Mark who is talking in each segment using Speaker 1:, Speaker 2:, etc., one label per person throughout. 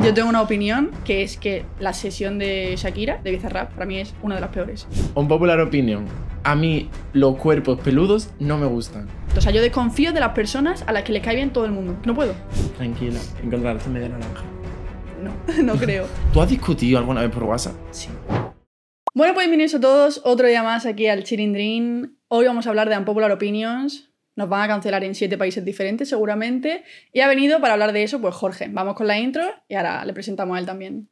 Speaker 1: Yo tengo una opinión que es que la sesión de Shakira, de Bizarrap, para mí es una de las peores.
Speaker 2: Un popular opinion. A mí los cuerpos peludos no me gustan.
Speaker 1: O sea, yo desconfío de las personas a las que les cae bien todo el mundo. No puedo.
Speaker 2: Tranquila, encontrarás media naranja.
Speaker 1: No, no creo.
Speaker 2: ¿Tú has discutido alguna vez por WhatsApp?
Speaker 1: Sí. Bueno, pues bienvenidos a todos otro día más aquí al Chilindrin. Hoy vamos a hablar de Unpopular Opinions. Nos van a cancelar en siete países diferentes seguramente. Y ha venido para hablar de eso pues Jorge. Vamos con la intro y ahora le presentamos a él también.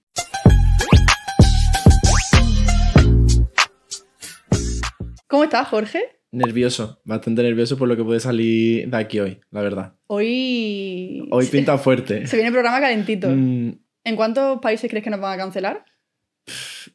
Speaker 1: ¿Cómo estás, Jorge?
Speaker 2: Nervioso, bastante nervioso por lo que puede salir de aquí hoy, la verdad.
Speaker 1: Hoy...
Speaker 2: Hoy pinta fuerte.
Speaker 1: Se viene el programa calentito.
Speaker 2: Mm,
Speaker 1: ¿En cuántos países crees que nos van a cancelar?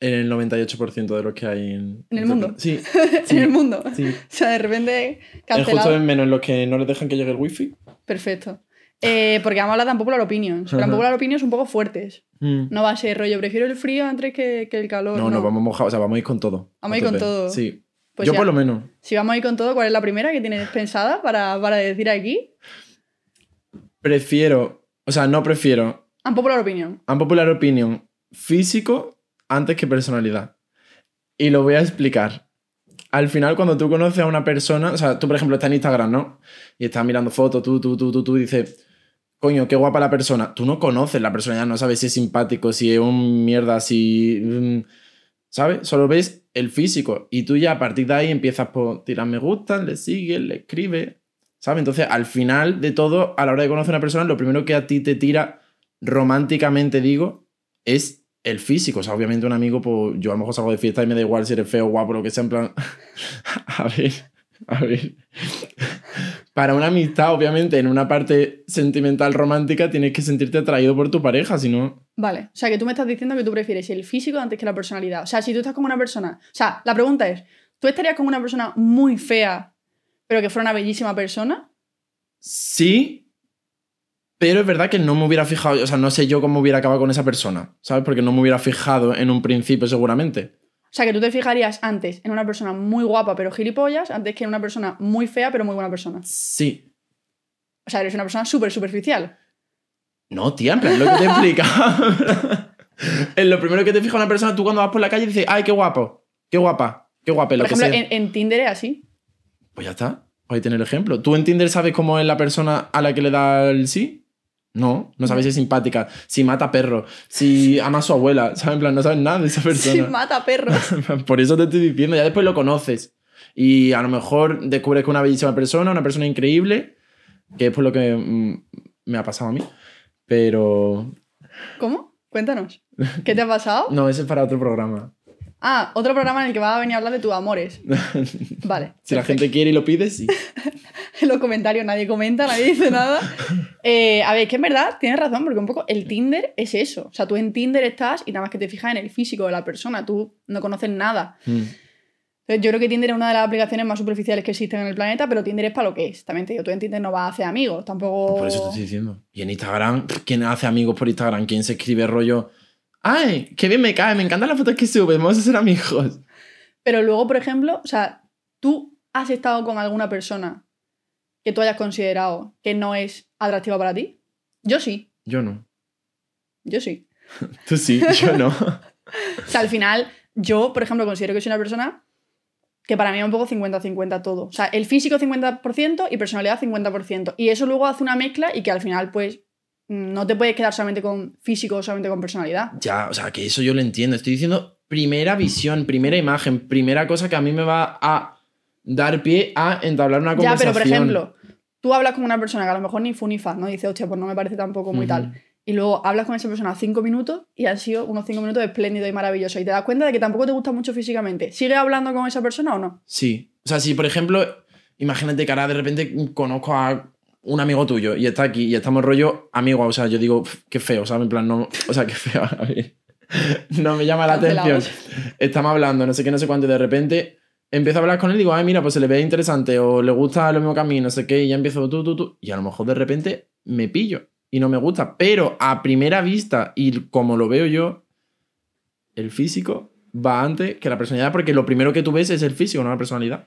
Speaker 2: en el 98% de los que hay en...
Speaker 1: ¿En el mundo?
Speaker 2: Sí.
Speaker 1: en el mundo.
Speaker 2: Sí.
Speaker 1: O sea, de repente
Speaker 2: Es justo
Speaker 1: cancelado.
Speaker 2: en menos en los que no les dejan que llegue el wifi.
Speaker 1: Perfecto. Eh, porque vamos a hablar de Unpopular Opinions. Pero
Speaker 2: Ajá.
Speaker 1: Unpopular Opinions un poco fuertes.
Speaker 2: Mm.
Speaker 1: No va a ser rollo, prefiero el frío antes que, que el calor.
Speaker 2: No, no, vamos mojados, o sea, vamos a ir con todo.
Speaker 1: Vamos a ir con
Speaker 2: tope.
Speaker 1: todo.
Speaker 2: Sí.
Speaker 1: Pues
Speaker 2: Yo
Speaker 1: ya.
Speaker 2: por lo menos.
Speaker 1: Si vamos a ir con todo, ¿cuál es la primera que tienes pensada para, para decir aquí?
Speaker 2: Prefiero, o sea, no prefiero
Speaker 1: Unpopular Opinion.
Speaker 2: un popular opinion físico antes que personalidad. Y lo voy a explicar. Al final, cuando tú conoces a una persona, o sea, tú, por ejemplo, estás en Instagram, ¿no? Y estás mirando fotos, tú, tú, tú, tú, tú, y dices, coño, qué guapa la persona. Tú no conoces la persona, ya no sabes si es simpático, si es un mierda, si. mm, ¿Sabes? Solo ves el físico. Y tú ya a partir de ahí empiezas por tirar me gustan, le sigues, le escribes. ¿Sabes? Entonces, al final de todo, a la hora de conocer a una persona, lo primero que a ti te tira románticamente digo, es el físico. O sea, obviamente un amigo, pues yo a lo mejor salgo de fiesta y me da igual si eres feo, guapo, lo que sea, en plan... a ver, a ver. Para una amistad, obviamente, en una parte sentimental romántica, tienes que sentirte atraído por tu pareja, si no...
Speaker 1: Vale. O sea, que tú me estás diciendo que tú prefieres el físico antes que la personalidad. O sea, si tú estás con una persona. O sea, la pregunta es: ¿tú estarías con una persona muy fea, pero que fuera una bellísima persona?
Speaker 2: Sí, pero es verdad que no me hubiera fijado, o sea, no sé yo cómo hubiera acabado con esa persona, ¿sabes? Porque no me hubiera fijado en un principio, seguramente.
Speaker 1: O sea, que tú te fijarías antes en una persona muy guapa pero gilipollas, antes que en una persona muy fea pero muy buena persona.
Speaker 2: Sí,
Speaker 1: O sea, eres una persona súper superficial.
Speaker 2: No, tía, en plan, lo que te explica. en lo primero que te fija una persona, tú cuando vas por la calle dices, ay, qué guapo, qué guapa, qué guapa, lo
Speaker 1: Por
Speaker 2: que
Speaker 1: ejemplo,
Speaker 2: sea.
Speaker 1: en, en Tinder es así.
Speaker 2: Pues ya está, ahí tienes el ejemplo. ¿Tú en Tinder sabes cómo es la persona a la que le da el sí? No, no sabes si es simpática, si mata perros, si ama a su abuela, ¿sabes? En plan, no sabes nada de esa persona.
Speaker 1: Sí, mata perros.
Speaker 2: Por eso te estoy diciendo, ya después lo conoces. Y a lo mejor descubres que es una bellísima persona, una persona increíble, que es por lo que mm, me ha pasado a mí. Pero...
Speaker 1: ¿Cómo? Cuéntanos. ¿Qué te ha pasado?
Speaker 2: No, ese es para otro programa.
Speaker 1: Ah, otro programa en el que vas a venir a hablar de tus amores. Vale.
Speaker 2: Si la gente quiere y lo pide, sí.
Speaker 1: en los comentarios nadie comenta, nadie dice nada. Eh, a ver, que en verdad tienes razón, porque un poco el Tinder es eso. O sea, tú en Tinder estás y nada más que te fijas en el físico de la persona, tú no conoces nada.
Speaker 2: Mm.
Speaker 1: Entonces, yo creo que Tinder es una de las aplicaciones más superficiales que existen en el planeta, pero Tinder es para lo que es. También te digo, tú en Tinder no vas a hacer amigos, tampoco...
Speaker 2: Pues Por eso te estoy diciendo. Y en Instagram, ¿quién hace amigos por Instagram? ¿Quién se escribe rollo? ¡Ay! ¡Qué bien me cae! Me encantan las fotos que subes. Vamos a ser amigos.
Speaker 1: Pero luego, por ejemplo, o sea, tú has estado con alguna persona que tú hayas considerado que no es atractiva para ti. Yo sí,
Speaker 2: Yo no.
Speaker 1: yo sí.
Speaker 2: Tú sí, yo no.
Speaker 1: O sea, al final, yo, por ejemplo, considero que soy una persona que para mí es un poco 50-50 todo. O sea, el físico 50% y personalidad 50%. Y eso luego hace una mezcla y que al final, pues, no te puedes quedar solamente con físico o solamente con personalidad.
Speaker 2: ya, o sea, que eso yo lo entiendo. Estoy diciendo primera visión, primera imagen, primera cosa que a mí me va a dar pie a entablar una
Speaker 1: Ya, pero
Speaker 2: conversación.
Speaker 1: por ejemplo, tú hablas con una persona que a lo mejor ni fu ni fa, no dice, hostia, pues no me parece tampoco muy
Speaker 2: Ujú.
Speaker 1: tal. Y luego hablas con esa persona cinco minutos y han sido unos cinco minutos espléndidos y maravillosos. Y te das cuenta de que tampoco te gusta mucho físicamente. ¿Sigues hablando con esa persona o no?
Speaker 2: Sí. O sea, si por ejemplo, imagínate que ahora de repente conozco a un amigo tuyo y está aquí y estamos rollo amigo, o sea, yo digo, "Pf, qué feo, ¿sabes? En plan, no, o sea, qué feo, a ver. No me llama la atención.
Speaker 1: Cancelados.
Speaker 2: Estamos hablando, no sé qué, no sé cuánto, y de repente empiezo a hablar con él y digo, ay, mira, pues se le ve interesante o le gusta lo mismo que a mí, no sé qué, y ya empiezo tú, tú, tú, y a lo mejor de repente me pillo y no me gusta, pero a primera vista y como lo veo yo, el físico va antes que la personalidad, porque lo primero que tú ves es el físico, no la personalidad.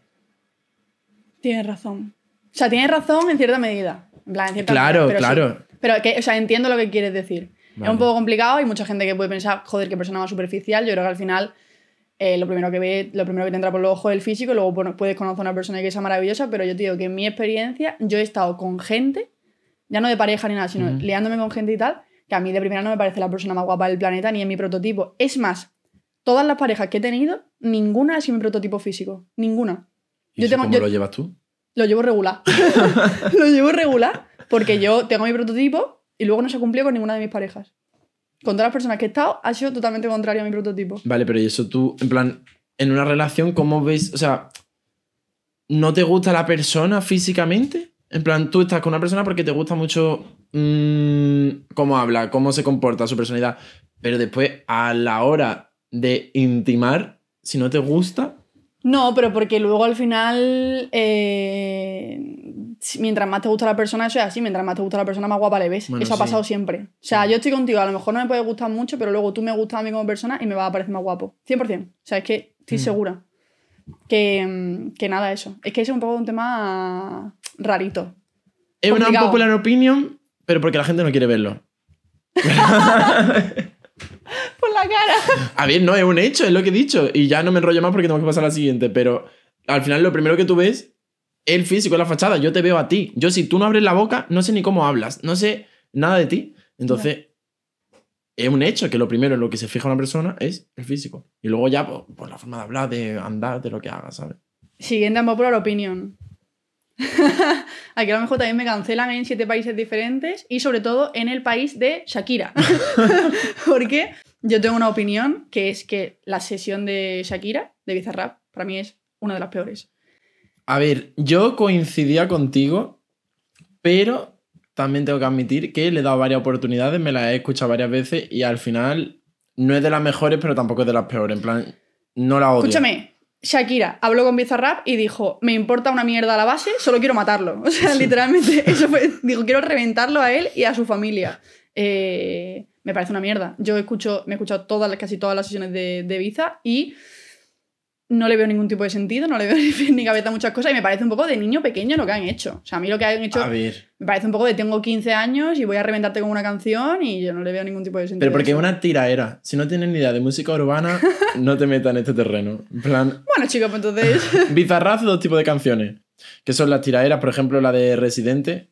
Speaker 1: Tienes razón. O sea, tienes razón en cierta medida. En plan, en cierta
Speaker 2: Claro,
Speaker 1: medida, pero
Speaker 2: claro.
Speaker 1: sí. Pero, que, o sea, entiendo lo que quieres decir. Es un
Speaker 2: Vale.
Speaker 1: poco complicado y mucha gente que puede pensar, joder, qué persona más superficial. Yo creo que al final eh, lo primero que ve, lo primero que te entra por los ojos es el físico, luego bueno, puedes conocer a una persona que es maravillosa, pero yo te digo que en mi experiencia yo he estado con gente, ya no de pareja ni nada, sino
Speaker 2: Ujú.
Speaker 1: liándome con gente y tal, que a mí de primera no me parece la persona más guapa del planeta ni en mi prototipo. Es más, todas las parejas que he tenido, ninguna ha sido mi prototipo físico, ninguna.
Speaker 2: ¿Y
Speaker 1: Yo
Speaker 2: eso
Speaker 1: tengo-
Speaker 2: cómo
Speaker 1: yo-
Speaker 2: lo llevas tú?
Speaker 1: Lo llevo regular. lo llevo regular porque yo tengo mi prototipo y luego no se cumplió con ninguna de mis parejas. Con todas las personas que he estado, ha sido totalmente contrario a mi prototipo.
Speaker 2: Vale, pero y eso tú, en plan, en una relación, ¿cómo ves? O sea, ¿no te gusta la persona físicamente? En plan, tú estás con una persona porque te gusta mucho mm, cómo habla, cómo se comporta, su personalidad. Pero después, a la hora de intimar, si no te gusta,
Speaker 1: No, pero porque luego al final, eh, si- mientras más te gusta la persona, eso es así. Mientras más te gusta la persona, más guapa le ves.
Speaker 2: Bueno,
Speaker 1: eso ha
Speaker 2: sí.
Speaker 1: pasado siempre. O sea, yo estoy contigo, a lo mejor no me puede gustar mucho, pero luego tú me gustas a mí como persona y me vas a parecer más guapo. 100%. O sea, es que estoy
Speaker 2: Mm.
Speaker 1: segura. Que, mm, que nada, eso. Es que ese es un poco un tema rarito.
Speaker 2: es una
Speaker 1: Complicado.
Speaker 2: popular opinion, pero porque la gente no quiere verlo.
Speaker 1: Por la cara.
Speaker 2: A ver, no, es un hecho, es lo que he dicho. Y ya no me enrollo más porque tengo que pasar a la siguiente. Pero al final lo primero que tú ves es el físico, es la fachada. Yo te veo a ti. Yo si tú no abres la boca, no sé ni cómo hablas. No sé nada de ti. Entonces, es un hecho que lo primero en lo que se fija una persona es el físico. Y luego ya pues, por la forma de hablar, de andar, de lo que hagas, ¿sabes?
Speaker 1: Siguiente en Popular Opinion. Aquí a lo mejor también me cancelan en siete países diferentes y sobre todo en el país de Shakira. Porque yo tengo una opinión que es que la sesión de Shakira, de Bizarrap, para mí es una de las peores.
Speaker 2: A ver, yo coincidía contigo, pero también tengo que admitir que le he dado varias oportunidades, me las he escuchado varias veces y al final no es de las mejores, pero tampoco es de las peores. En plan, no la odio.
Speaker 1: Escúchame, Shakira habló con Bizarrap y dijo, me importa una mierda la base, solo quiero matarlo. O sea, literalmente, eso fue, dijo, quiero reventarlo a él y a su familia. Eh, me parece una mierda. Yo escucho, me he escuchado todas, las- casi todas las sesiones de, de Biza y no le veo ningún tipo de sentido, no le veo ni, ni cabeza a muchas cosas y me parece un poco de niño pequeño lo que han hecho. O sea, a mí lo que han hecho
Speaker 2: A ver,
Speaker 1: me parece un poco de tengo 15 años y voy a reventarte con una canción y yo no le veo ningún tipo de sentido.
Speaker 2: pero porque es
Speaker 1: eso.
Speaker 2: una tiraera. Si no tienes ni idea de música urbana, no te metas en este terreno. En plan,
Speaker 1: Bueno, chicos, pues entonces...
Speaker 2: Bizarrap dos tipos de canciones. Que son las tiraderas, por ejemplo, la de Residente,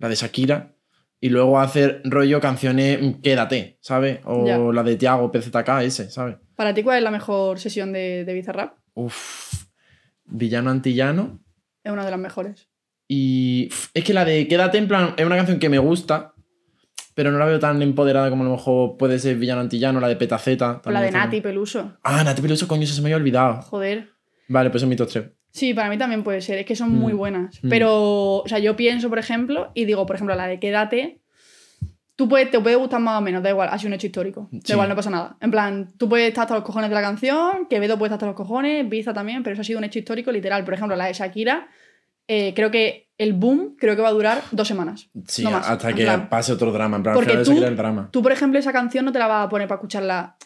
Speaker 2: la de Shakira. Y luego hacer rollo canciones mm, Quédate, ¿sabes? O
Speaker 1: Ya.
Speaker 2: la de Tiago, PZK, ese, ¿sabes?
Speaker 1: ¿Para ti cuál es la mejor sesión de, de Bizarrap?
Speaker 2: Uf. Villano Antillano.
Speaker 1: Es una de las mejores.
Speaker 2: Y uf, es que la de Quédate en plan es una canción que me gusta, pero no la veo tan empoderada como a lo mejor puede ser Villano Antillano, la de Petaceta.
Speaker 1: O la
Speaker 2: también
Speaker 1: de
Speaker 2: está
Speaker 1: Nati
Speaker 2: bien.
Speaker 1: Peluso.
Speaker 2: Ah, Nati Peluso, coño, eso se me había olvidado.
Speaker 1: Joder.
Speaker 2: Vale, pues son mis top tres.
Speaker 1: Sí, para mí también puede ser. Es que son
Speaker 2: Mm.
Speaker 1: muy buenas.
Speaker 2: Mm.
Speaker 1: Pero, o sea, yo pienso, por ejemplo, y digo, por ejemplo, la de Quédate. Tú puedes, te puede gustar más o menos, da igual, ha sido un hecho histórico.
Speaker 2: Sí.
Speaker 1: Da igual, no pasa nada. En plan, tú puedes estar hasta los cojones de la canción, Quevedo puede estar hasta los cojones, Biza también, pero eso ha sido un hecho histórico literal. Por ejemplo, la de Shakira, eh, creo que el boom creo que va a durar dos semanas.
Speaker 2: Sí,
Speaker 1: No más,
Speaker 2: hasta
Speaker 1: en
Speaker 2: que
Speaker 1: plan.
Speaker 2: pase otro drama. En plan,
Speaker 1: Porque
Speaker 2: al final
Speaker 1: tú-
Speaker 2: se crea el drama.
Speaker 1: Tú, por ejemplo, esa canción no te la vas a poner para escucharla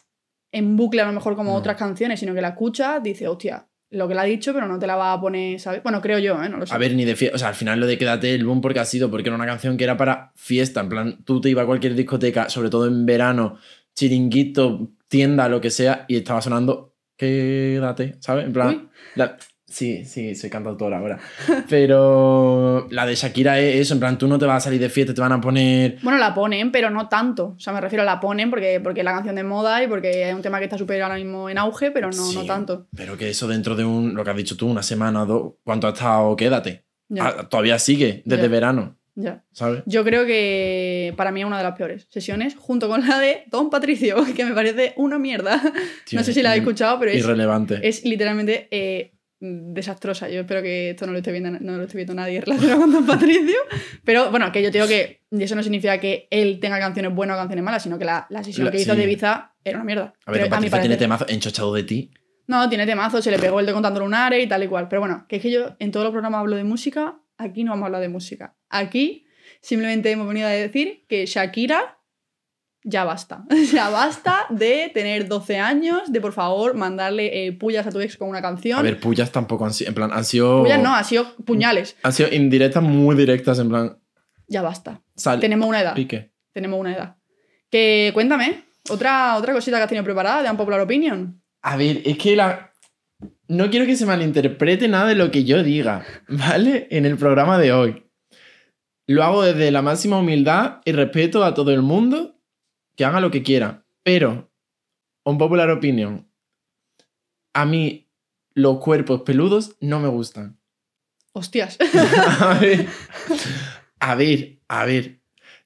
Speaker 1: en bucle, a lo mejor como
Speaker 2: No.
Speaker 1: otras canciones, sino que la escuchas, dices, hostia, lo que le ha dicho, pero no te la vas a poner, ¿sabes? Bueno, creo yo, ¿eh? No lo sé.
Speaker 2: A ver, ni de fiesta. O sea, al final lo de Quédate el boom porque ha sido, porque era una canción que era para fiesta. En plan, tú te ibas a cualquier discoteca, sobre todo en verano, chiringuito, tienda, lo que sea, y estaba sonando Quédate, ¿sabes? En plan.
Speaker 1: Uy.
Speaker 2: la- Sí, sí, soy cantautora ahora. Pero la de Shakira es eso, en plan, tú no te vas a salir de fiesta, te van a poner.
Speaker 1: Bueno, la ponen, pero no tanto. O sea, me refiero a la ponen porque, porque es la canción de moda y porque es un tema que está súper ahora mismo en auge, pero no, no
Speaker 2: Sí,
Speaker 1: tanto.
Speaker 2: Pero que eso dentro de un. Lo que has dicho tú, una semana o dos, ¿cuánto ha estado Quédate?
Speaker 1: Ya,
Speaker 2: Ah, todavía sigue, desde
Speaker 1: Ya.
Speaker 2: verano,
Speaker 1: ya.
Speaker 2: ¿sabes?
Speaker 1: Yo creo que para mí es una de las peores sesiones, junto con la de Don Patricio, que me parece una mierda.
Speaker 2: Tío,
Speaker 1: no sé si la
Speaker 2: es
Speaker 1: habéis escuchado, pero es,
Speaker 2: Irrelevante.
Speaker 1: es literalmente eh, desastrosa. Yo espero que esto no lo esté viendo, no lo esté viendo nadie relacionado con Don Patricio. Pero bueno, que yo te digo que eso no significa que él tenga canciones buenas o canciones malas, sino que la, la sesión
Speaker 2: La-
Speaker 1: que hizo
Speaker 2: sí.
Speaker 1: de Ibiza era una mierda.
Speaker 2: A ver,
Speaker 1: Pero
Speaker 2: Don Patricio tiene
Speaker 1: parecer-
Speaker 2: temazo enchochado de ti.
Speaker 1: No, tiene temazo, se le pegó el de contando lunares y tal y cual. Pero bueno, que es que yo en todos los programas hablo de música, aquí no vamos a hablar de música. Aquí simplemente hemos venido a decir que Shakira ya basta. O sea, basta de tener 12 años, de por favor mandarle eh, pullas a tu ex con una canción.
Speaker 2: A ver, pullas tampoco han sido. En plan, han sido.
Speaker 1: pullas no, ha sido puñales.
Speaker 2: Han sido indirectas muy directas, en plan.
Speaker 1: Ya basta.
Speaker 2: Sal,
Speaker 1: Tenemos una edad.
Speaker 2: pique.
Speaker 1: Tenemos una edad. Que cuéntame, otra, otra cosita que has tenido preparada de Unpopular Opinion.
Speaker 2: A ver, es que la... No quiero que se malinterprete nada de lo que yo diga, ¿vale? En el programa de hoy. Lo hago desde la máxima humildad y respeto a todo el mundo que haga lo que quiera. Pero, un popular opinion. A mí, los cuerpos peludos no me gustan.
Speaker 1: Hostias.
Speaker 2: A ver, a ver, a ver.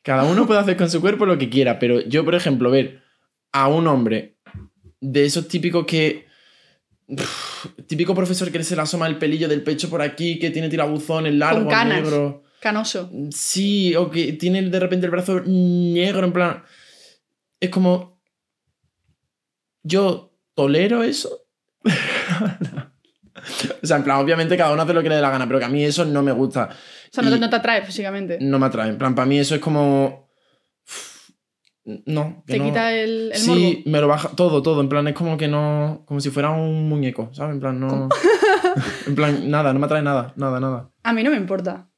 Speaker 2: Cada uno puede hacer con su cuerpo lo que quiera, pero yo, por ejemplo, ver a un hombre de esos típicos que. Pff, típico profesor que se le asoma el pelillo del pecho por aquí, que tiene tirabuzones largos,
Speaker 1: canas.
Speaker 2: negros.
Speaker 1: Canoso.
Speaker 2: Sí, o que tiene de repente el brazo negro, en plan. Es como. Yo tolero eso. o sea, en plan, obviamente cada uno hace lo que le dé la gana, pero que a mí eso no me gusta.
Speaker 1: O sea, no, te-
Speaker 2: Y-
Speaker 1: no te atrae físicamente.
Speaker 2: No me atrae. En plan, para mí eso es como. Uf, No. que
Speaker 1: te
Speaker 2: no-
Speaker 1: quita el, el
Speaker 2: Sí, me lo baja todo, todo. En plan, es como que no. Como si fuera un muñeco, ¿sabes? En plan, no. en plan, nada, no me atrae nada, nada, nada.
Speaker 1: A mí no me importa.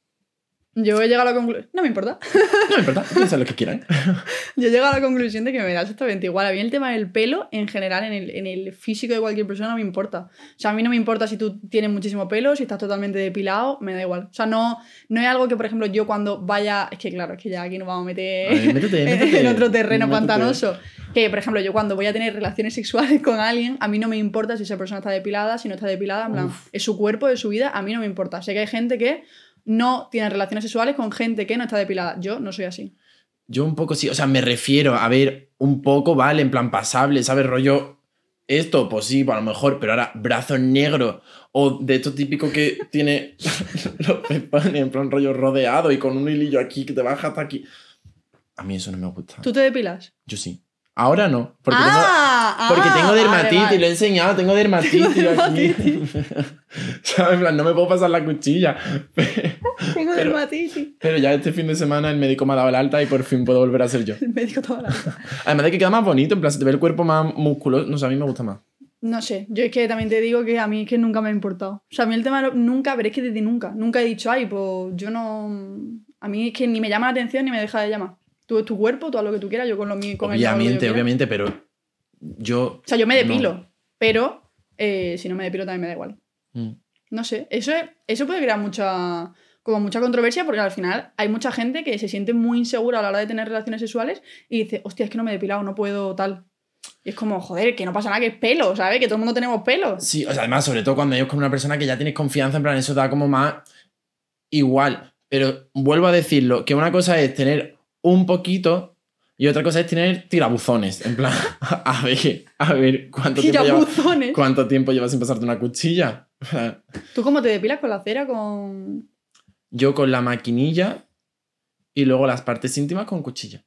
Speaker 1: Yo he llegado a la conclusión. No me importa.
Speaker 2: No, en verdad, piensa lo que quieran.
Speaker 1: Yo he llegado a la conclusión de que me da exactamente igual. A mí el tema del pelo, en general, en el, en el físico de cualquier persona, no me importa. O sea, a mí no me importa si tú tienes muchísimo pelo, si estás totalmente depilado, me da igual. O sea, no, no es algo que, por ejemplo, yo cuando vaya. Es que claro, es que ya aquí nos vamos a meter.
Speaker 2: Ay, métete, métete,
Speaker 1: en otro terreno
Speaker 2: métete.
Speaker 1: pantanoso. Que, por ejemplo, yo cuando voy a tener relaciones sexuales con alguien, a mí no me importa si esa persona está depilada, si no está depilada, en plan,
Speaker 2: Uf.
Speaker 1: es su cuerpo, es su vida, a mí no me importa. Sé que hay gente que no tiene relaciones sexuales con gente que no está depilada. Yo no soy así.
Speaker 2: Yo un poco sí, o sea, me refiero a ver, un poco vale, en plan pasable, ¿sabes? Rollo, esto, pues sí, a lo mejor, pero ahora brazo negro o de esto típico que tiene los pezones, en plan rollo rodeado y con un hilillo aquí que te baja hasta aquí. A mí eso no me gusta.
Speaker 1: ¿Tú te depilas?
Speaker 2: Yo sí. Ahora no, porque
Speaker 1: ah,
Speaker 2: tengo, porque
Speaker 1: ah,
Speaker 2: tengo
Speaker 1: vale,
Speaker 2: dermatitis,
Speaker 1: vale.
Speaker 2: lo he enseñado, tengo dermatitis aquí. ¿Sabes? En plan, no me puedo pasar la cuchilla.
Speaker 1: Tengo
Speaker 2: pero-
Speaker 1: dermatitis.
Speaker 2: Pero ya este fin de semana el médico me ha dado el alta y por fin puedo volver a ser yo.
Speaker 1: El médico toda la vida.
Speaker 2: Además de que queda más bonito, en plan, se te ve el cuerpo más musculoso. No sé, a mí me gusta más.
Speaker 1: No sé, yo es que también te digo que a mí es que nunca me ha importado. O sea, a mí el tema de lo- nunca, pero es que desde nunca. Nunca he dicho, ay, pues yo no. A mí es que ni me llama la atención ni me deja de llamar. Tú es tu cuerpo, tú haz lo que tú quieras, yo con lo mío. Con el mío hago lo que yo
Speaker 2: obviamente,
Speaker 1: quiera.
Speaker 2: obviamente, pero yo.
Speaker 1: O sea, yo me
Speaker 2: No.
Speaker 1: depilo, pero eh, si no me depilo también me da igual.
Speaker 2: mm,
Speaker 1: No sé, eso, es- eso puede crear mucha, como mucha controversia porque al final hay mucha gente que se siente muy insegura a la hora de tener relaciones sexuales y dice, hostia, es que no me he depilado, no puedo tal. Y es como, joder, que no pasa nada, que es pelo, ¿sabes? Que todo el mundo tenemos pelo.
Speaker 2: Sí, o sea, además, sobre todo cuando ellos con una persona que ya tienes confianza, en plan, eso da como más igual. Pero vuelvo a decirlo, que una cosa es tener un poquito y otra cosa es tener tirabuzones. En plan, a ver, a ver, ¿cuánto
Speaker 1: Y
Speaker 2: tiempo
Speaker 1: ya
Speaker 2: llevas?
Speaker 1: buzones.
Speaker 2: ¿Cuánto tiempo llevas sin pasarte una cuchilla?
Speaker 1: ¿Tú cómo te depilas con la cera? Con...
Speaker 2: Yo con la maquinilla y luego las partes íntimas con cuchilla.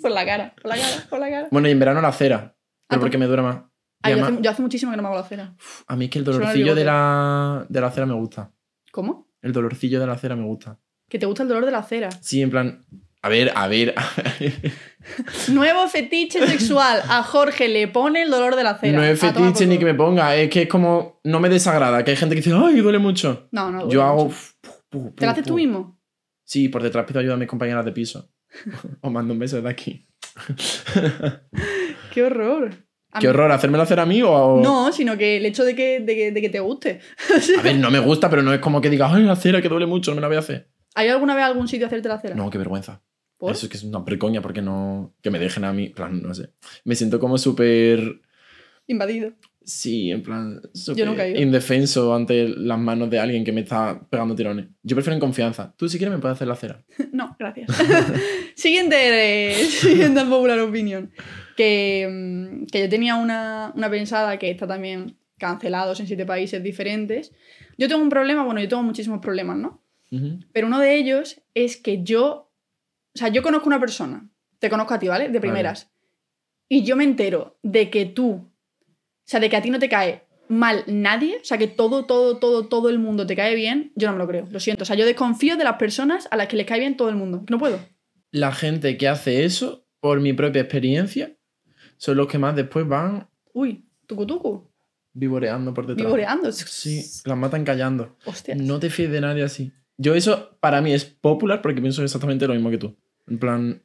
Speaker 1: con la cara, con la cara, con la cara.
Speaker 2: Bueno, y en verano la cera. Pero
Speaker 1: Ah,
Speaker 2: porque me dura más. Y
Speaker 1: Ay, yo,
Speaker 2: además-
Speaker 1: hace, yo hace muchísimo que no me hago la cera.
Speaker 2: Uf, a mí es que el
Speaker 1: Solo el
Speaker 2: dolorcillo de
Speaker 1: bigote.
Speaker 2: la, de la cera me gusta.
Speaker 1: ¿Cómo?
Speaker 2: El dolorcillo de la cera me gusta.
Speaker 1: Que te gusta el dolor de la cera.
Speaker 2: Sí, en plan. A ver, a ver. a ver.
Speaker 1: Nuevo fetiche sexual. A Jorge le pone el dolor de la cera.
Speaker 2: no es
Speaker 1: A tomar por
Speaker 2: fetiche ni
Speaker 1: culo.
Speaker 2: que me ponga. Es que es como. No me desagrada. Que hay gente que dice, ay, duele mucho.
Speaker 1: No, no.
Speaker 2: Yo
Speaker 1: Ah, duele
Speaker 2: hago.
Speaker 1: mucho.
Speaker 2: uf, pu, pu,
Speaker 1: ¿Te lo
Speaker 2: pu,
Speaker 1: haces
Speaker 2: pu.
Speaker 1: tú mismo?
Speaker 2: Sí, por detrás pido ayuda a mis compañeras de piso. o mando un beso desde aquí.
Speaker 1: ¡Qué horror! A
Speaker 2: Qué
Speaker 1: mí-
Speaker 2: horror, ¿hacérmelo hacer a mí o.? o-
Speaker 1: No, sino que el hecho de que, de que, de que te guste.
Speaker 2: A ver, no me gusta, pero no es como que diga, ay, la cera que duele mucho, no me la voy a hacer.
Speaker 1: ¿Hay alguna vez algún sitio a hacerte la cera?
Speaker 2: No, qué vergüenza.
Speaker 1: ¿Por?
Speaker 2: Eso es que es una precoña porque no. Que me dejen a mí. en plan, no sé. Me siento como súper.
Speaker 1: Invadido.
Speaker 2: Sí, en plan.
Speaker 1: Yo nunca he
Speaker 2: Súper
Speaker 1: ido.
Speaker 2: indefenso ante las manos de alguien que me está pegando tirones. Yo prefiero en confianza. Tú, si quieres, me puedes hacer la cera.
Speaker 1: No, gracias. siguiente, eh, siguiente al popular opinion. Que, mm, que yo tenía una, una pensada que está también cancelados en siete países diferentes. Yo tengo un problema, bueno, yo tengo muchísimos problemas, ¿no?
Speaker 2: Ujú.
Speaker 1: Pero uno de ellos es que yo, o sea, yo conozco una persona, te conozco a ti, ¿vale? De primeras. Y yo me entero de que tú, o sea, de que a ti no te cae mal nadie, o sea, que todo, todo, todo, todo el mundo te cae bien, yo no me lo creo, lo siento. O sea, yo desconfío de las personas a las que les cae bien todo el mundo. No puedo.
Speaker 2: La gente que hace eso, por mi propia experiencia, son los que más después van
Speaker 1: Uy, tucutucu,
Speaker 2: vivoreando por detrás.
Speaker 1: vivoreando.
Speaker 2: Sí, las matan callando.
Speaker 1: Hostia.
Speaker 2: No te fíes de nadie así. Yo, eso para mí es popular porque pienso exactamente lo mismo que tú. En plan.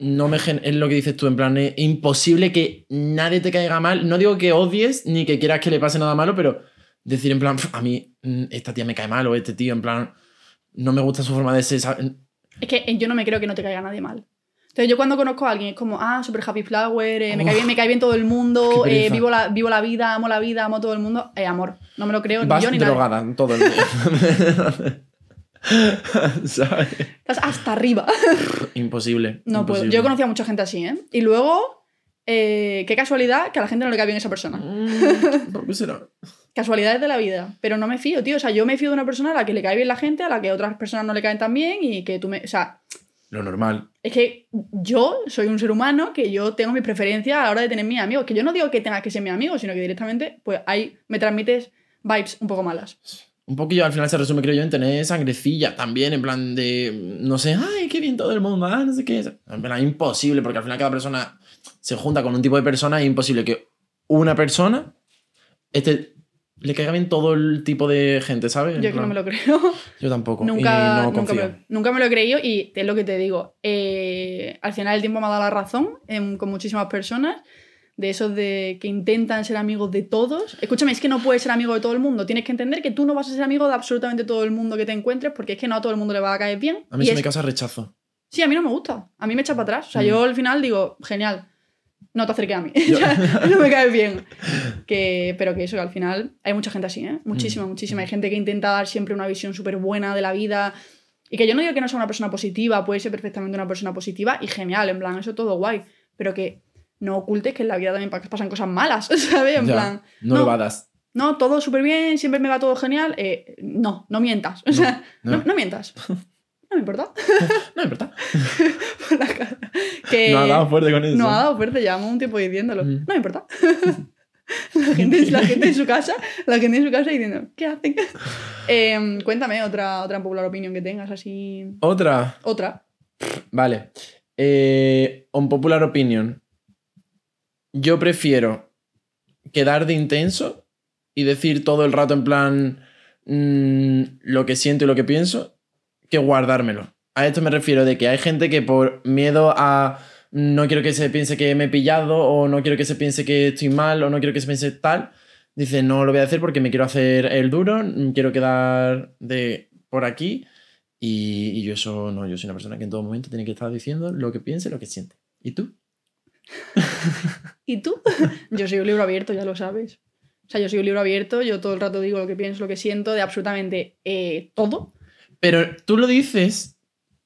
Speaker 2: no me gen- es lo que dices tú, en plan, es imposible que nadie te caiga mal. No digo que odies ni que quieras que le pase nada malo, pero decir en plan, "Pf, a mí mm, esta tía me cae mal o este tío, en plan, no me gusta su forma de ser. ¿sabes?
Speaker 1: Es que eh, yo no me creo que no te caiga nadie mal. Entonces, yo cuando conozco a alguien es como, ah, super happy flower, eh, me, cae
Speaker 2: Uf,
Speaker 1: bien, me cae bien todo el mundo,
Speaker 2: qué
Speaker 1: eh,
Speaker 2: pereza.
Speaker 1: vivo, la, vivo la vida, amo la vida, amo a todo el mundo. Eh, amor, no me lo creo ni
Speaker 2: Vas
Speaker 1: yo ni nada.
Speaker 2: drogada todo el día. ¿Sabes?
Speaker 1: Estás hasta arriba.
Speaker 2: Imposible.
Speaker 1: No puedo.
Speaker 2: imposible.
Speaker 1: Yo he conocido a mucha gente así, ¿eh? Y luego, eh, qué casualidad que a la gente no le cae bien esa persona.
Speaker 2: Mm, ¿Por qué será?
Speaker 1: Casualidades de la vida. Pero no me fío, tío. O sea, yo me fío de una persona a la que le cae bien la gente, a la que otras personas no le caen tan bien y que tú me. O sea,
Speaker 2: Lo normal.
Speaker 1: es que yo soy un ser humano que yo tengo mis preferencias a la hora de tener mis amigos. Que yo no digo que tengas que ser mi amigo, sino que directamente, pues ahí me transmites vibes un poco malas.
Speaker 2: Un poquillo al final se resume, creo yo, en tener sangrecilla también, en plan de, no sé, ay, qué bien todo el mundo, ah, no sé qué. En plan, imposible, porque al final cada persona se junta con un tipo de persona y es imposible que una persona este, le caiga bien todo el tipo de gente, ¿sabes? En
Speaker 1: Yo es que no
Speaker 2: plan,
Speaker 1: me lo creo.
Speaker 2: yo tampoco.
Speaker 1: Nunca,
Speaker 2: y no
Speaker 1: nunca,
Speaker 2: confío.
Speaker 1: me, nunca me lo he creído y es lo que te digo. eh, al final el tiempo me ha dado la razón em, con muchísimas personas. De esos de que intentan ser amigos de todos. Escúchame, es que no puedes ser amigo de todo el mundo. Tienes que entender que tú no vas a ser amigo de absolutamente todo el mundo que te encuentres porque es que no a todo el mundo le va a caer bien.
Speaker 2: A mí
Speaker 1: Y
Speaker 2: se
Speaker 1: es-
Speaker 2: me causa rechazo.
Speaker 1: Sí, a mí no me gusta. A mí me echa para atrás. O sea,
Speaker 2: Mm.
Speaker 1: yo al final digo, genial, no te acerques a mí.
Speaker 2: Yo-
Speaker 1: O sea, no me caes bien. Que, pero que eso, que al final hay mucha gente así, ¿eh?
Speaker 2: Mm.
Speaker 1: Muchísima, muchísima. Hay gente que intenta dar siempre una visión súper buena de la vida. Y que yo no digo que no sea una persona positiva, puede ser perfectamente una persona positiva y genial, en plan, eso todo guay. Pero que no ocultes que en la vida también pa- pasan cosas malas, ¿sabes? En
Speaker 2: Ya,
Speaker 1: plan,
Speaker 2: no,
Speaker 1: no.
Speaker 2: lo vadas.
Speaker 1: no, todo súper bien, siempre me va todo genial. Eh, no, no mientas. O
Speaker 2: No,
Speaker 1: sea,
Speaker 2: no.
Speaker 1: no- no mientas. No me importa.
Speaker 2: No, es verdad.
Speaker 1: la cara. Que
Speaker 2: no ha dado fuerte con eso.
Speaker 1: Eh, no ha dado fuerte, llevamos un tiempo diciéndolo.
Speaker 2: Mm.
Speaker 1: No me importa. la, gente, la gente en su casa, la gente en su casa diciendo, ¿qué hacen? Em, cuéntame otra, otra popular opinión que tengas, así.
Speaker 2: Otra.
Speaker 1: Otra.
Speaker 2: Vale. Eh, popular opinion. Yo prefiero quedar de intenso y decir todo el rato en plan mm, lo que siento y lo que pienso que guardármelo. A esto me refiero de que hay gente que por miedo a no quiero que se piense que me he pillado o no quiero que se piense que estoy mal o no quiero que se piense tal, dice no lo voy a hacer porque me quiero hacer el duro, mm, quiero quedar de por aquí y, y yo eso no, yo soy una persona que en todo momento tiene que estar diciendo lo que piense, lo que siente. ¿Y tú?
Speaker 1: ¿Y tú? yo soy un libro abierto, ya lo sabes. O sea, yo soy un libro abierto, yo todo el rato digo lo que pienso, lo que siento, de absolutamente eh, todo.
Speaker 2: Pero tú lo dices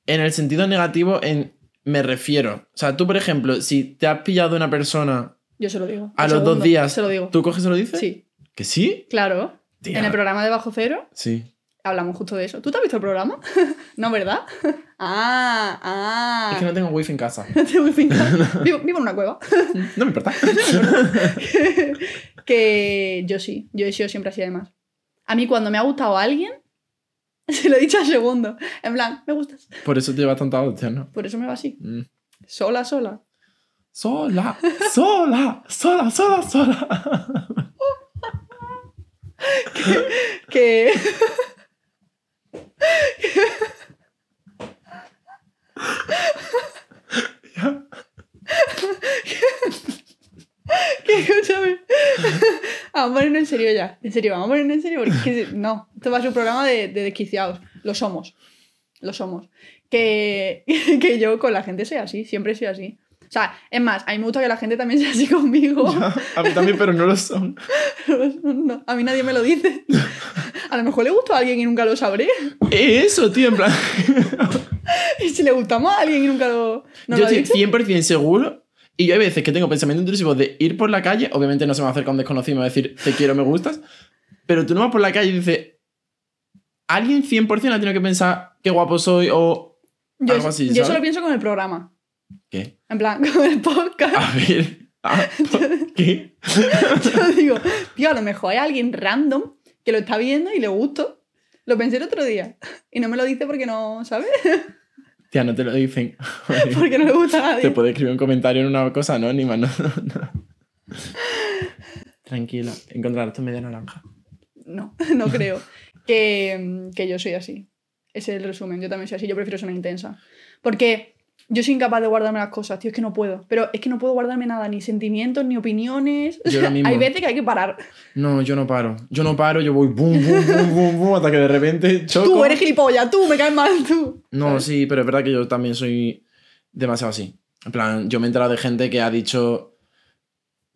Speaker 2: en el sentido negativo, en me refiero. O sea, tú, por ejemplo, si te has pillado una persona,
Speaker 1: Yo se lo digo.
Speaker 2: A
Speaker 1: Al
Speaker 2: los dos
Speaker 1: segundo,
Speaker 2: días.
Speaker 1: Se lo digo.
Speaker 2: ¿tú coges y lo dices?
Speaker 1: Sí,
Speaker 2: ¿Que sí?
Speaker 1: claro.
Speaker 2: Tía.
Speaker 1: En el programa de Bajo Cero
Speaker 2: Sí.
Speaker 1: hablamos justo de eso. ¿Tú te has visto el programa? no, ¿verdad? ah, ah.
Speaker 2: Es que no tengo wifi en casa.
Speaker 1: Tengo que pintar. vivo, vivo en una cueva.
Speaker 2: No me importa.
Speaker 1: que yo sí, yo he sido siempre así además. A mí cuando me ha gustado alguien, se lo he dicho al segundo. En plan, me gustas.
Speaker 2: Por eso te llevas tanta adopción, ¿no?
Speaker 1: Por eso me va así.
Speaker 2: Mm.
Speaker 1: Sola, sola.
Speaker 2: Sola, sola, sola, sola, sola.
Speaker 1: Que... que escúchame. Ah, vamos a ponernos en serio ya. En serio, vamos a ponernos en serio porque es que si- no. Esto va a ser un programa de, de desquiciados. Lo somos. Lo somos. Que, que yo con la gente soy así, siempre soy así. O sea, es más, a mí me gusta que la gente también sea así conmigo.
Speaker 2: A mí también, pero no lo son.
Speaker 1: No, a mí nadie me lo dice. A lo mejor le gustó a alguien y nunca lo sabré.
Speaker 2: Eso, tío, en plan.
Speaker 1: Y si le gustamos a alguien y nunca lo, no
Speaker 2: yo
Speaker 1: lo ha
Speaker 2: estoy
Speaker 1: dicho.
Speaker 2: 100% seguro. Y yo hay veces que tengo pensamiento intrusivo de ir por la calle. Obviamente no se me va a acercar un desconocido y me va a decir, te quiero, me gustas. Pero tú no vas por la calle y dices, alguien 100% ha tenido que pensar, qué guapo soy o
Speaker 1: Yo,
Speaker 2: algo así,
Speaker 1: yo
Speaker 2: ¿sabes?
Speaker 1: solo pienso con el programa.
Speaker 2: qué.
Speaker 1: En plan, con el podcast.
Speaker 2: A ver. ah, ¿por ¿Qué?
Speaker 1: Yo digo, tío, a lo mejor hay alguien random que lo está viendo y le gustó. Lo pensé el otro día. Y no me lo dice porque no, ¿sabes?
Speaker 2: Tía, no te lo dicen.
Speaker 1: Porque no le gusta a
Speaker 2: Te
Speaker 1: nadie.
Speaker 2: puede escribir un comentario en una cosa anónima, ¿no? Tranquila, encontrar tu media naranja.
Speaker 1: No, no creo. Que, mm, que yo soy así. Ese es el resumen. Yo también soy así. Yo prefiero ser una intensa. Porque Yo soy incapaz de guardarme las cosas, tío, es que no puedo. Pero es que no puedo guardarme nada, ni sentimientos, ni opiniones.
Speaker 2: Yo lo mismo.
Speaker 1: Hay veces que hay que parar.
Speaker 2: No, yo no paro. Yo no paro, yo voy boom, boom, boom, boom, boom, hasta que de repente choco.
Speaker 1: Tú eres gilipollas, tú me caes mal, tú.
Speaker 2: No,
Speaker 1: ¿Sabes?
Speaker 2: sí, pero es verdad que yo también soy demasiado así. En plan, yo me he enterado de gente que ha dicho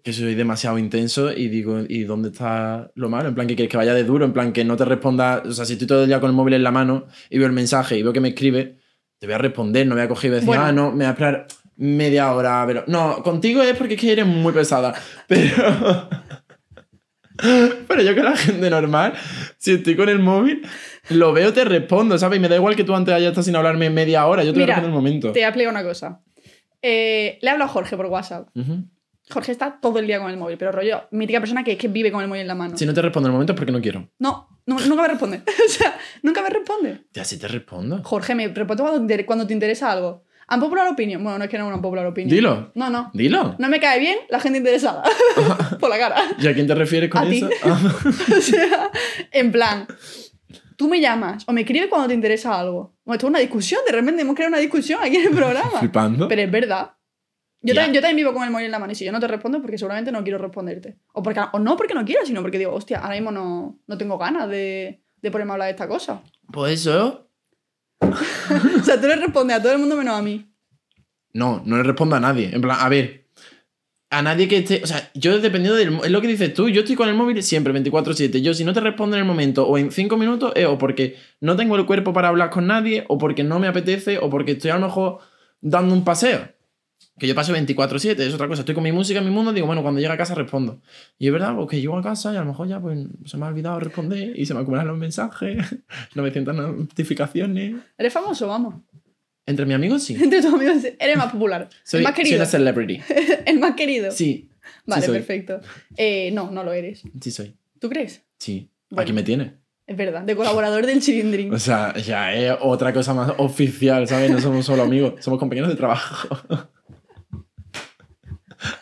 Speaker 2: que soy demasiado intenso y digo, ¿y dónde está lo malo? En plan, que quieres que vaya de duro, en plan, que no te responda. O sea, si estoy todo el día con el móvil en la mano y veo el mensaje y veo que me escribe, te voy a responder, no voy a coger y voy a decir,
Speaker 1: Bueno.
Speaker 2: ah, no, me voy a esperar media hora. Pero... No, contigo es porque es que eres muy pesada. Pero. Pero yo que la gente normal, si estoy con el móvil, lo veo, te respondo, ¿sabes? Y me da igual que tú antes hayas estado sin hablarme media hora, yo te
Speaker 1: Mira,
Speaker 2: voy a responder en el momento.
Speaker 1: Te voy a explicar una cosa. Eh, le hablo a Jorge por WhatsApp.
Speaker 2: Ujú.
Speaker 1: Jorge está todo el día con el móvil, pero rollo, mítica persona que es que vive con el móvil en la mano.
Speaker 2: Si no te respondo en el momento es porque no quiero.
Speaker 1: No, no, nunca me responde. o sea, nunca me responde.
Speaker 2: Ya, si te respondo.
Speaker 1: Jorge, me responde cuando, te- cuando te interesa algo. popular opinion. Bueno, no es que no es una popular opinion.
Speaker 2: Dilo,
Speaker 1: No, no.
Speaker 2: dilo.
Speaker 1: No me cae bien la gente interesada. por la cara.
Speaker 2: ¿Y a quién te refieres con
Speaker 1: A ti.
Speaker 2: eso? Ah,
Speaker 1: o sea, en plan, tú me llamas o me escribes cuando te interesa algo. Bueno, esto es una discusión, de repente hemos creado una discusión aquí en el programa.
Speaker 2: Flipando.
Speaker 1: Pero es verdad. Yo,
Speaker 2: Ya.
Speaker 1: también, yo también vivo con el móvil en la mano y si yo no te respondo es porque seguramente no quiero responderte. O, porque, o no porque no quiera, sino porque digo, hostia, ahora mismo no, no tengo ganas de, de ponerme a hablar de esta cosa.
Speaker 2: Pues eso.
Speaker 1: o sea, tú le respondes a todo el mundo menos a mí.
Speaker 2: No, no le respondo a nadie. En plan, a ver. A nadie que esté. O sea, yo dependiendo del. mo- Es lo que dices tú. Yo estoy con el móvil siempre 24-7. Yo, si no te respondo en el momento o en 5 minutos, es o porque no tengo el cuerpo para hablar con nadie, o porque no me apetece, o porque estoy a lo mejor dando un paseo. Que yo paso 24-7, es otra cosa. Estoy con mi música, en mi mundo, digo, bueno, cuando llegue a casa respondo. Y es verdad, porque llego a casa y a lo mejor ya pues, se me ha olvidado responder y se me acumulan los mensajes, 900 notificaciones.
Speaker 1: Eres famoso, vamos.
Speaker 2: Entre mis amigos, sí.
Speaker 1: Entre tus amigos eres más popular.
Speaker 2: Soy,
Speaker 1: el más
Speaker 2: soy
Speaker 1: querido.
Speaker 2: una celebrity.
Speaker 1: el más querido.
Speaker 2: Sí,
Speaker 1: vale,
Speaker 2: soy.
Speaker 1: perfecto. Eh, no, no lo eres.
Speaker 2: sí soy.
Speaker 1: ¿Tú crees?
Speaker 2: Sí.
Speaker 1: Bueno.
Speaker 2: Aquí me tiene.
Speaker 1: Es verdad, de colaborador del Chilindrin.
Speaker 2: O sea, ya es otra cosa más oficial, ¿sabes? No somos solo amigos, somos compañeros de trabajo.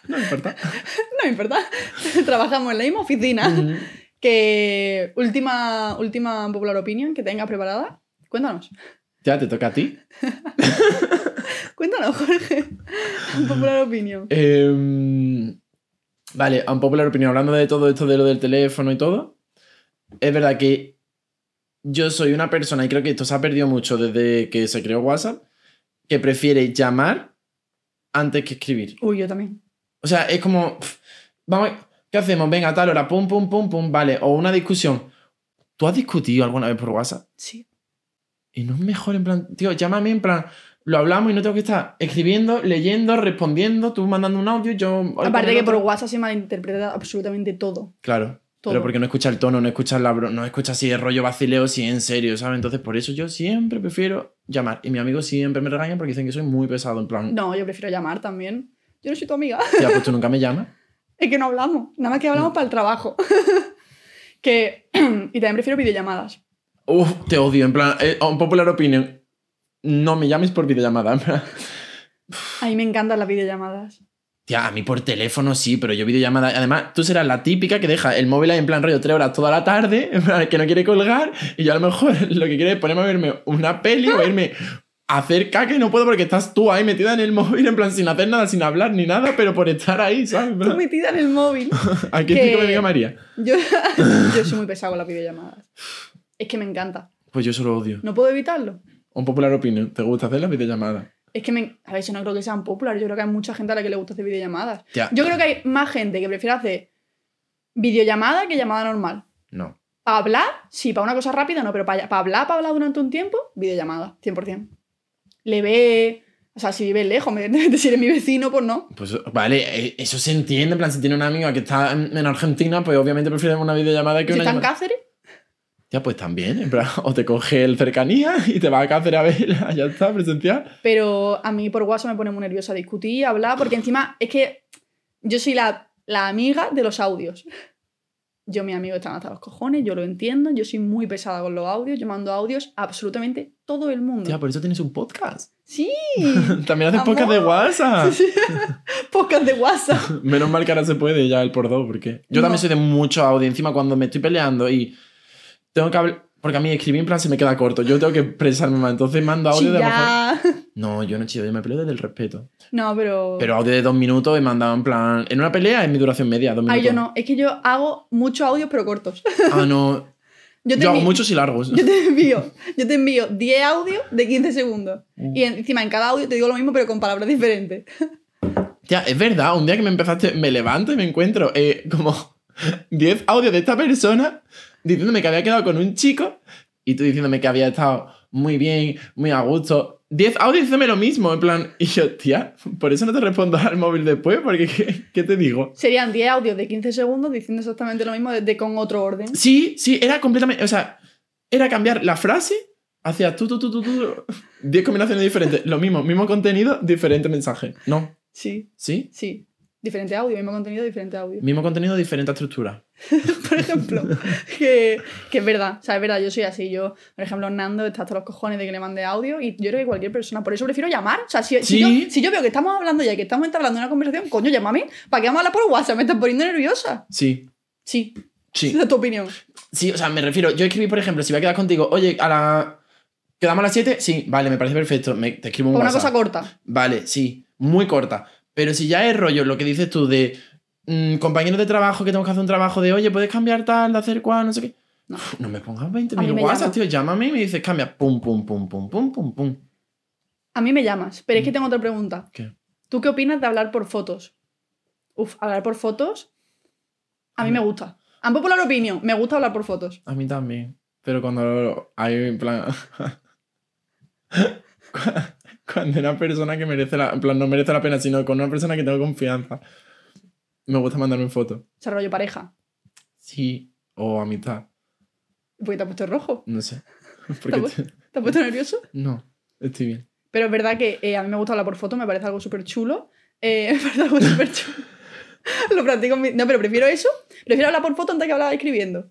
Speaker 2: No me importa.
Speaker 1: No me importa. Trabajamos en la misma oficina.
Speaker 2: Mm.
Speaker 1: Que última, última popular opinion que tengas preparada. Cuéntanos.
Speaker 2: Ya te toca a ti.
Speaker 1: Cuéntanos, Jorge. Popular opinion.
Speaker 2: Em, vale, a un popular opinión, hablando de todo esto de lo del teléfono y todo, es verdad que yo soy una persona, y creo que esto se ha perdido mucho desde que se creó WhatsApp, que prefiere llamar antes que escribir.
Speaker 1: Uy, yo también.
Speaker 2: O sea, es como, pf, vamos, ¿qué hacemos? Venga, a tal hora, pum, pum, pum, pum, vale. O una discusión. ¿Tú has discutido alguna vez por WhatsApp?
Speaker 1: Sí.
Speaker 2: Y no es mejor, en plan, tío, llámame, en plan, lo hablamos y no tengo que estar escribiendo, leyendo, respondiendo, tú mandando un audio, yo...
Speaker 1: Aparte que por
Speaker 2: otro.
Speaker 1: WhatsApp se malinterpreta absolutamente todo.
Speaker 2: Claro.
Speaker 1: Todo.
Speaker 2: Pero porque no escucha el tono, no escucha, la bro- no escucha si es rollo vacileo, si es en serio, ¿sabes? Entonces, por eso yo siempre prefiero llamar. Y mis amigos siempre me regañan porque dicen que soy muy pesado, en plan,
Speaker 1: No, yo prefiero llamar también. Yo no soy tu amiga.
Speaker 2: ya, pues tú nunca me llamas.
Speaker 1: Es que no hablamos. Nada más que hablamos para el trabajo. que, y también prefiero videollamadas.
Speaker 2: Uf, te odio, en plan, eh, un popular opinion. No me llames por videollamada, en plan.
Speaker 1: A mí me encantan las videollamadas.
Speaker 2: Tía, a mí por teléfono sí, pero yo videollamada. Además, tú serás la típica que deja el móvil ahí en plan rollo tres horas toda la tarde, en plan, que no quiere colgar, y yo a lo mejor lo que quiere es ponerme a verme una peli o a irme a hacer caca y no puedo porque estás tú ahí metida en el móvil, en plan, sin hacer nada, sin hablar ni nada, pero por estar ahí, ¿sabes? En
Speaker 1: Tú
Speaker 2: plan,
Speaker 1: metida en el móvil.
Speaker 2: Aquí estoy
Speaker 1: que-
Speaker 2: con mi amiga María.
Speaker 1: Yo, yo soy muy pesado con las videollamadas. Es que me encanta.
Speaker 2: Pues yo solo odio.
Speaker 1: No puedo evitarlo.
Speaker 2: Un popular opinion. ¿Te gusta hacer las videollamadas?
Speaker 1: Es que me... A ver, yo no creo que sean popular. Yo creo que hay mucha gente a la que le gusta hacer videollamadas.
Speaker 2: Tía,
Speaker 1: Yo creo que hay más gente que prefiere hacer videollamada que llamada normal.
Speaker 2: no.
Speaker 1: Para hablar, sí, para una cosa rápida no, pero para, para hablar, para hablar durante un tiempo, videollamada, 100%. Le ve... O sea, si vive lejos, me- si eres mi vecino, pues no.
Speaker 2: Pues vale, eh, eso se entiende. En plan, si tiene una amiga que está en en Argentina, pues obviamente prefiere una videollamada que
Speaker 1: Si
Speaker 2: una.
Speaker 1: está en
Speaker 2: llama-
Speaker 1: Cáceres,
Speaker 2: Ya, pues también, en plan, o te coge el cercanía y te vas a Cáceres a verla, ya está, presencial.
Speaker 1: Pero a mí por WhatsApp me pone muy nerviosa discutir, hablar, porque encima es que yo soy la, la amiga de los audios. Yo, mis amigos están hasta los cojones, yo lo entiendo, yo soy muy pesada con los audios, yo mando audios a absolutamente todo el mundo.
Speaker 2: Tía, por eso tienes un podcast.
Speaker 1: Sí,
Speaker 2: También haces
Speaker 1: Amor.
Speaker 2: podcast de WhatsApp.
Speaker 1: podcast de WhatsApp.
Speaker 2: Menos mal que ahora se puede ya el por dos, porque
Speaker 1: No.
Speaker 2: yo también soy de mucho audio. Encima, cuando me estoy peleando y tengo que hablar. Porque a mí escribir en plan se me queda corto. Yo tengo que expresarme más. Entonces mando audio de a lo mejor.
Speaker 1: Chillar.
Speaker 2: No, yo no chido, yo me peleo desde el respeto.
Speaker 1: No, pero...
Speaker 2: Pero audio de dos minutos y mandaba en plan. En una pelea es mi duración media, dos minutos.
Speaker 1: Ay, yo no. Es que yo hago muchos audios, pero cortos.
Speaker 2: Ah, no.
Speaker 1: Yo te,
Speaker 2: yo hago
Speaker 1: envi-
Speaker 2: muchos y largos.
Speaker 1: yo te envío yo te envío 10 audios de 15 segundos.
Speaker 2: Uh.
Speaker 1: Y encima en cada audio te digo lo mismo, pero con palabras diferentes.
Speaker 2: Tía, es verdad, un día que me empezaste, me levanto y me encuentro eh, como 10 audios de esta persona diciéndome que había quedado con un chico y tú diciéndome que había estado muy bien, muy a gusto. 10 audios diciéndome lo mismo, en plan, y yo, tía, por eso no te respondo al móvil después, porque ¿qué, qué te digo?
Speaker 1: Serían 10 audios de 15 segundos diciendo exactamente lo mismo desde con otro orden.
Speaker 2: Sí, sí, era completamente, o sea, era cambiar la frase hacia tú, tú, tú, tú, tú, 10 combinaciones diferentes, lo mismo, mismo contenido, diferente mensaje. No,
Speaker 1: Sí,
Speaker 2: ¿sí?
Speaker 1: sí. Diferente audio, mismo contenido, diferente audio.
Speaker 2: Mismo contenido, diferente estructura.
Speaker 1: por ejemplo, que, que es verdad, o sea, es verdad, yo soy así, yo, por ejemplo, Nando está hasta los cojones de que le mande audio y yo creo que cualquier persona, por eso prefiero llamar, o sea, si, si
Speaker 2: Sí.
Speaker 1: yo, si yo veo que estamos hablando ya, que estamos entablando una conversación, coño, llámame, ¿para qué vamos a hablar por WhatsApp? Me estás poniendo nerviosa.
Speaker 2: Sí,
Speaker 1: Sí,
Speaker 2: sí.
Speaker 1: esa es tu opinión.
Speaker 2: Sí, o sea, me refiero, yo escribí, por ejemplo, si voy a quedar contigo, oye, a la... ¿Quedamos a las 7? Sí, vale, me parece perfecto. Me, te escribo un
Speaker 1: Por una cosa
Speaker 2: WhatsApp.
Speaker 1: corta.
Speaker 2: Vale, sí, muy corta. Pero si ya es rollo lo que dices tú de mm, compañeros de trabajo que tengo que hacer un trabajo de, oye, ¿puedes cambiar tal, hacer cual, no sé qué?
Speaker 1: No.
Speaker 2: Uf, No, me pongas
Speaker 1: A mí
Speaker 2: 20.000
Speaker 1: me
Speaker 2: WhatsApp,
Speaker 1: llama.
Speaker 2: tío. Llámame y me dices, cambia. Pum, pum, pum, pum, pum, pum, pum.
Speaker 1: A mí me llamas, pero es que tengo otra pregunta.
Speaker 2: ¿Qué?
Speaker 1: ¿Tú qué opinas de hablar por fotos? Uf, hablar por fotos, a mí me gusta. A popular opinión, me gusta hablar por fotos.
Speaker 2: A mí también. Pero cuando lo- hay en plan. Cu- cuando una persona que merece la. En plan, no merece la pena, sino con una persona que tengo confianza. Me gusta mandarme fotos.
Speaker 1: O sea, rollo pareja.
Speaker 2: Sí. O amistad.
Speaker 1: Porque te has puesto rojo,
Speaker 2: No sé. Porque te-
Speaker 1: te has puesto nervioso.
Speaker 2: No, estoy bien.
Speaker 1: Pero es verdad que eh, a mí me gusta hablar por foto, me parece algo súper chulo. eh, me parece algo súper chulo. Lo practico en mi- No, pero prefiero eso. Prefiero hablar por foto antes que hablar escribiendo.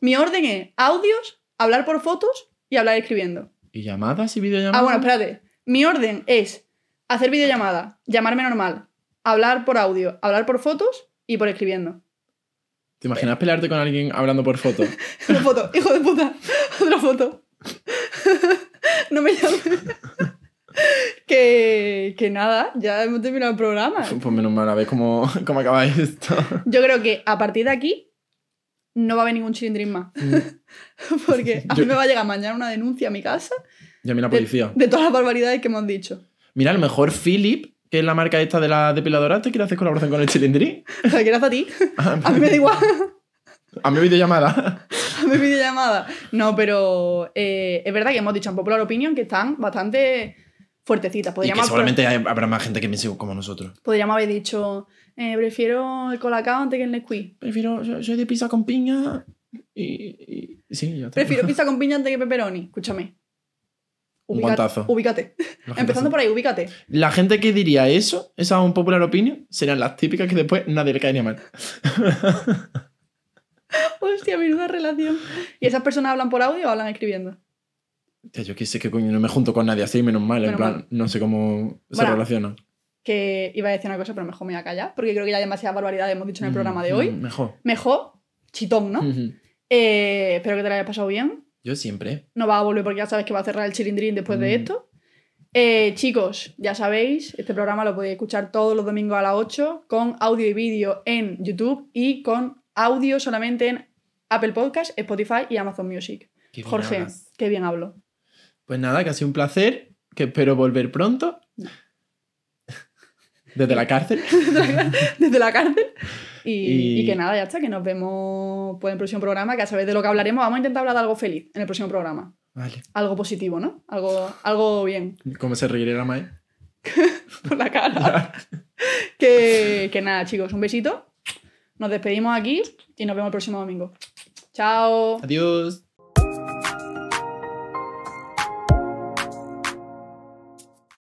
Speaker 1: Mi orden es audios, hablar por fotos y hablar escribiendo.
Speaker 2: ¿Y llamadas y videollamadas?
Speaker 1: Ah, bueno, espérate. Mi orden es hacer videollamada, llamarme normal, hablar por audio, hablar por fotos y por escribiendo.
Speaker 2: ¿Te imaginas pelearte con alguien hablando por foto?
Speaker 1: Otra foto, hijo de puta. Otra foto. no me llames. que, que nada, ya hemos terminado el programa.
Speaker 2: pues menos mal, a ver cómo, cómo acaba esto.
Speaker 1: Yo creo que a partir de aquí no va a haber ningún chilindrín más. Porque a mí
Speaker 2: Mm. Yo-
Speaker 1: me va a llegar mañana una denuncia a mi casa
Speaker 2: Llamé a la
Speaker 1: de,
Speaker 2: policía.
Speaker 1: de todas las barbaridades que hemos dicho.
Speaker 2: Mira, a lo mejor Philip, que es la marca esta de la depiladora, te quiere hacer colaboración con el Ah, chilindrí.
Speaker 1: O sea, que gracias a ti. A mí me da igual.
Speaker 2: A mi videollamada.
Speaker 1: A mí videollamada. No, pero eh, es verdad que hemos dicho en Popular Opinion que están bastante fuertecitas.
Speaker 2: Y que
Speaker 1: Podríamos, pues,
Speaker 2: seguramente hay- habrá más gente que piense como nosotros.
Speaker 1: podríamos haber dicho, eh, prefiero el colacao antes que el Nesquik.
Speaker 2: Prefiero, yo soy de pizza con piña y, y- sí, yo
Speaker 1: Prefiero pizza con piña antes que pepperoni. Escúchame.
Speaker 2: Un
Speaker 1: Ubícate-
Speaker 2: guantazo.
Speaker 1: Ubícate. Empezando por ahí, ubícate.
Speaker 2: La gente que diría eso, esa un popular opinion, serían las típicas que después nadie le caería mal.
Speaker 1: Hostia, menuda relación. ¿Y esas personas hablan por audio o hablan escribiendo?
Speaker 2: Tía, yo que sé que coño no me junto con nadie así, menos mal, en
Speaker 1: Menos
Speaker 2: plan,
Speaker 1: mal.
Speaker 2: no sé cómo se
Speaker 1: Bueno,
Speaker 2: relaciona.
Speaker 1: Que iba a decir una cosa, pero mejor me voy a callar, porque creo que ya demasiadas barbaridades hemos dicho en el programa de
Speaker 2: Mm,
Speaker 1: hoy.
Speaker 2: mm, Mejor.
Speaker 1: Mejor, chitón, ¿no?
Speaker 2: Ujú.
Speaker 1: Eh, espero que te lo hayas pasado bien.
Speaker 2: Yo siempre.
Speaker 1: No va a volver porque ya sabes que va a cerrar el chilindrín después de
Speaker 2: Mm.
Speaker 1: esto. Eh, chicos, ya sabéis, este programa lo podéis escuchar todos los domingos a las 8 con audio y vídeo en YouTube y con audio solamente en Apple Podcast, Spotify y Amazon Music.
Speaker 2: Qué bien
Speaker 1: Jorge,
Speaker 2: hablas.
Speaker 1: qué bien hablo.
Speaker 2: Pues nada, que ha sido un placer, que espero volver pronto. Desde la cárcel.
Speaker 1: Desde la cárcel. Y,
Speaker 2: Y-
Speaker 1: y que nada, ya está, que nos vemos pues, en el próximo programa, que a saber de lo que hablaremos, vamos a intentar hablar de algo feliz en el próximo programa.
Speaker 2: Vale.
Speaker 1: Algo positivo, ¿no? Algo, algo bien.
Speaker 2: ¿Cómo se reirá la Mae?
Speaker 1: por la cara. que, que nada, chicos, un besito. Nos despedimos aquí y nos vemos el próximo domingo. Chao.
Speaker 2: Adiós.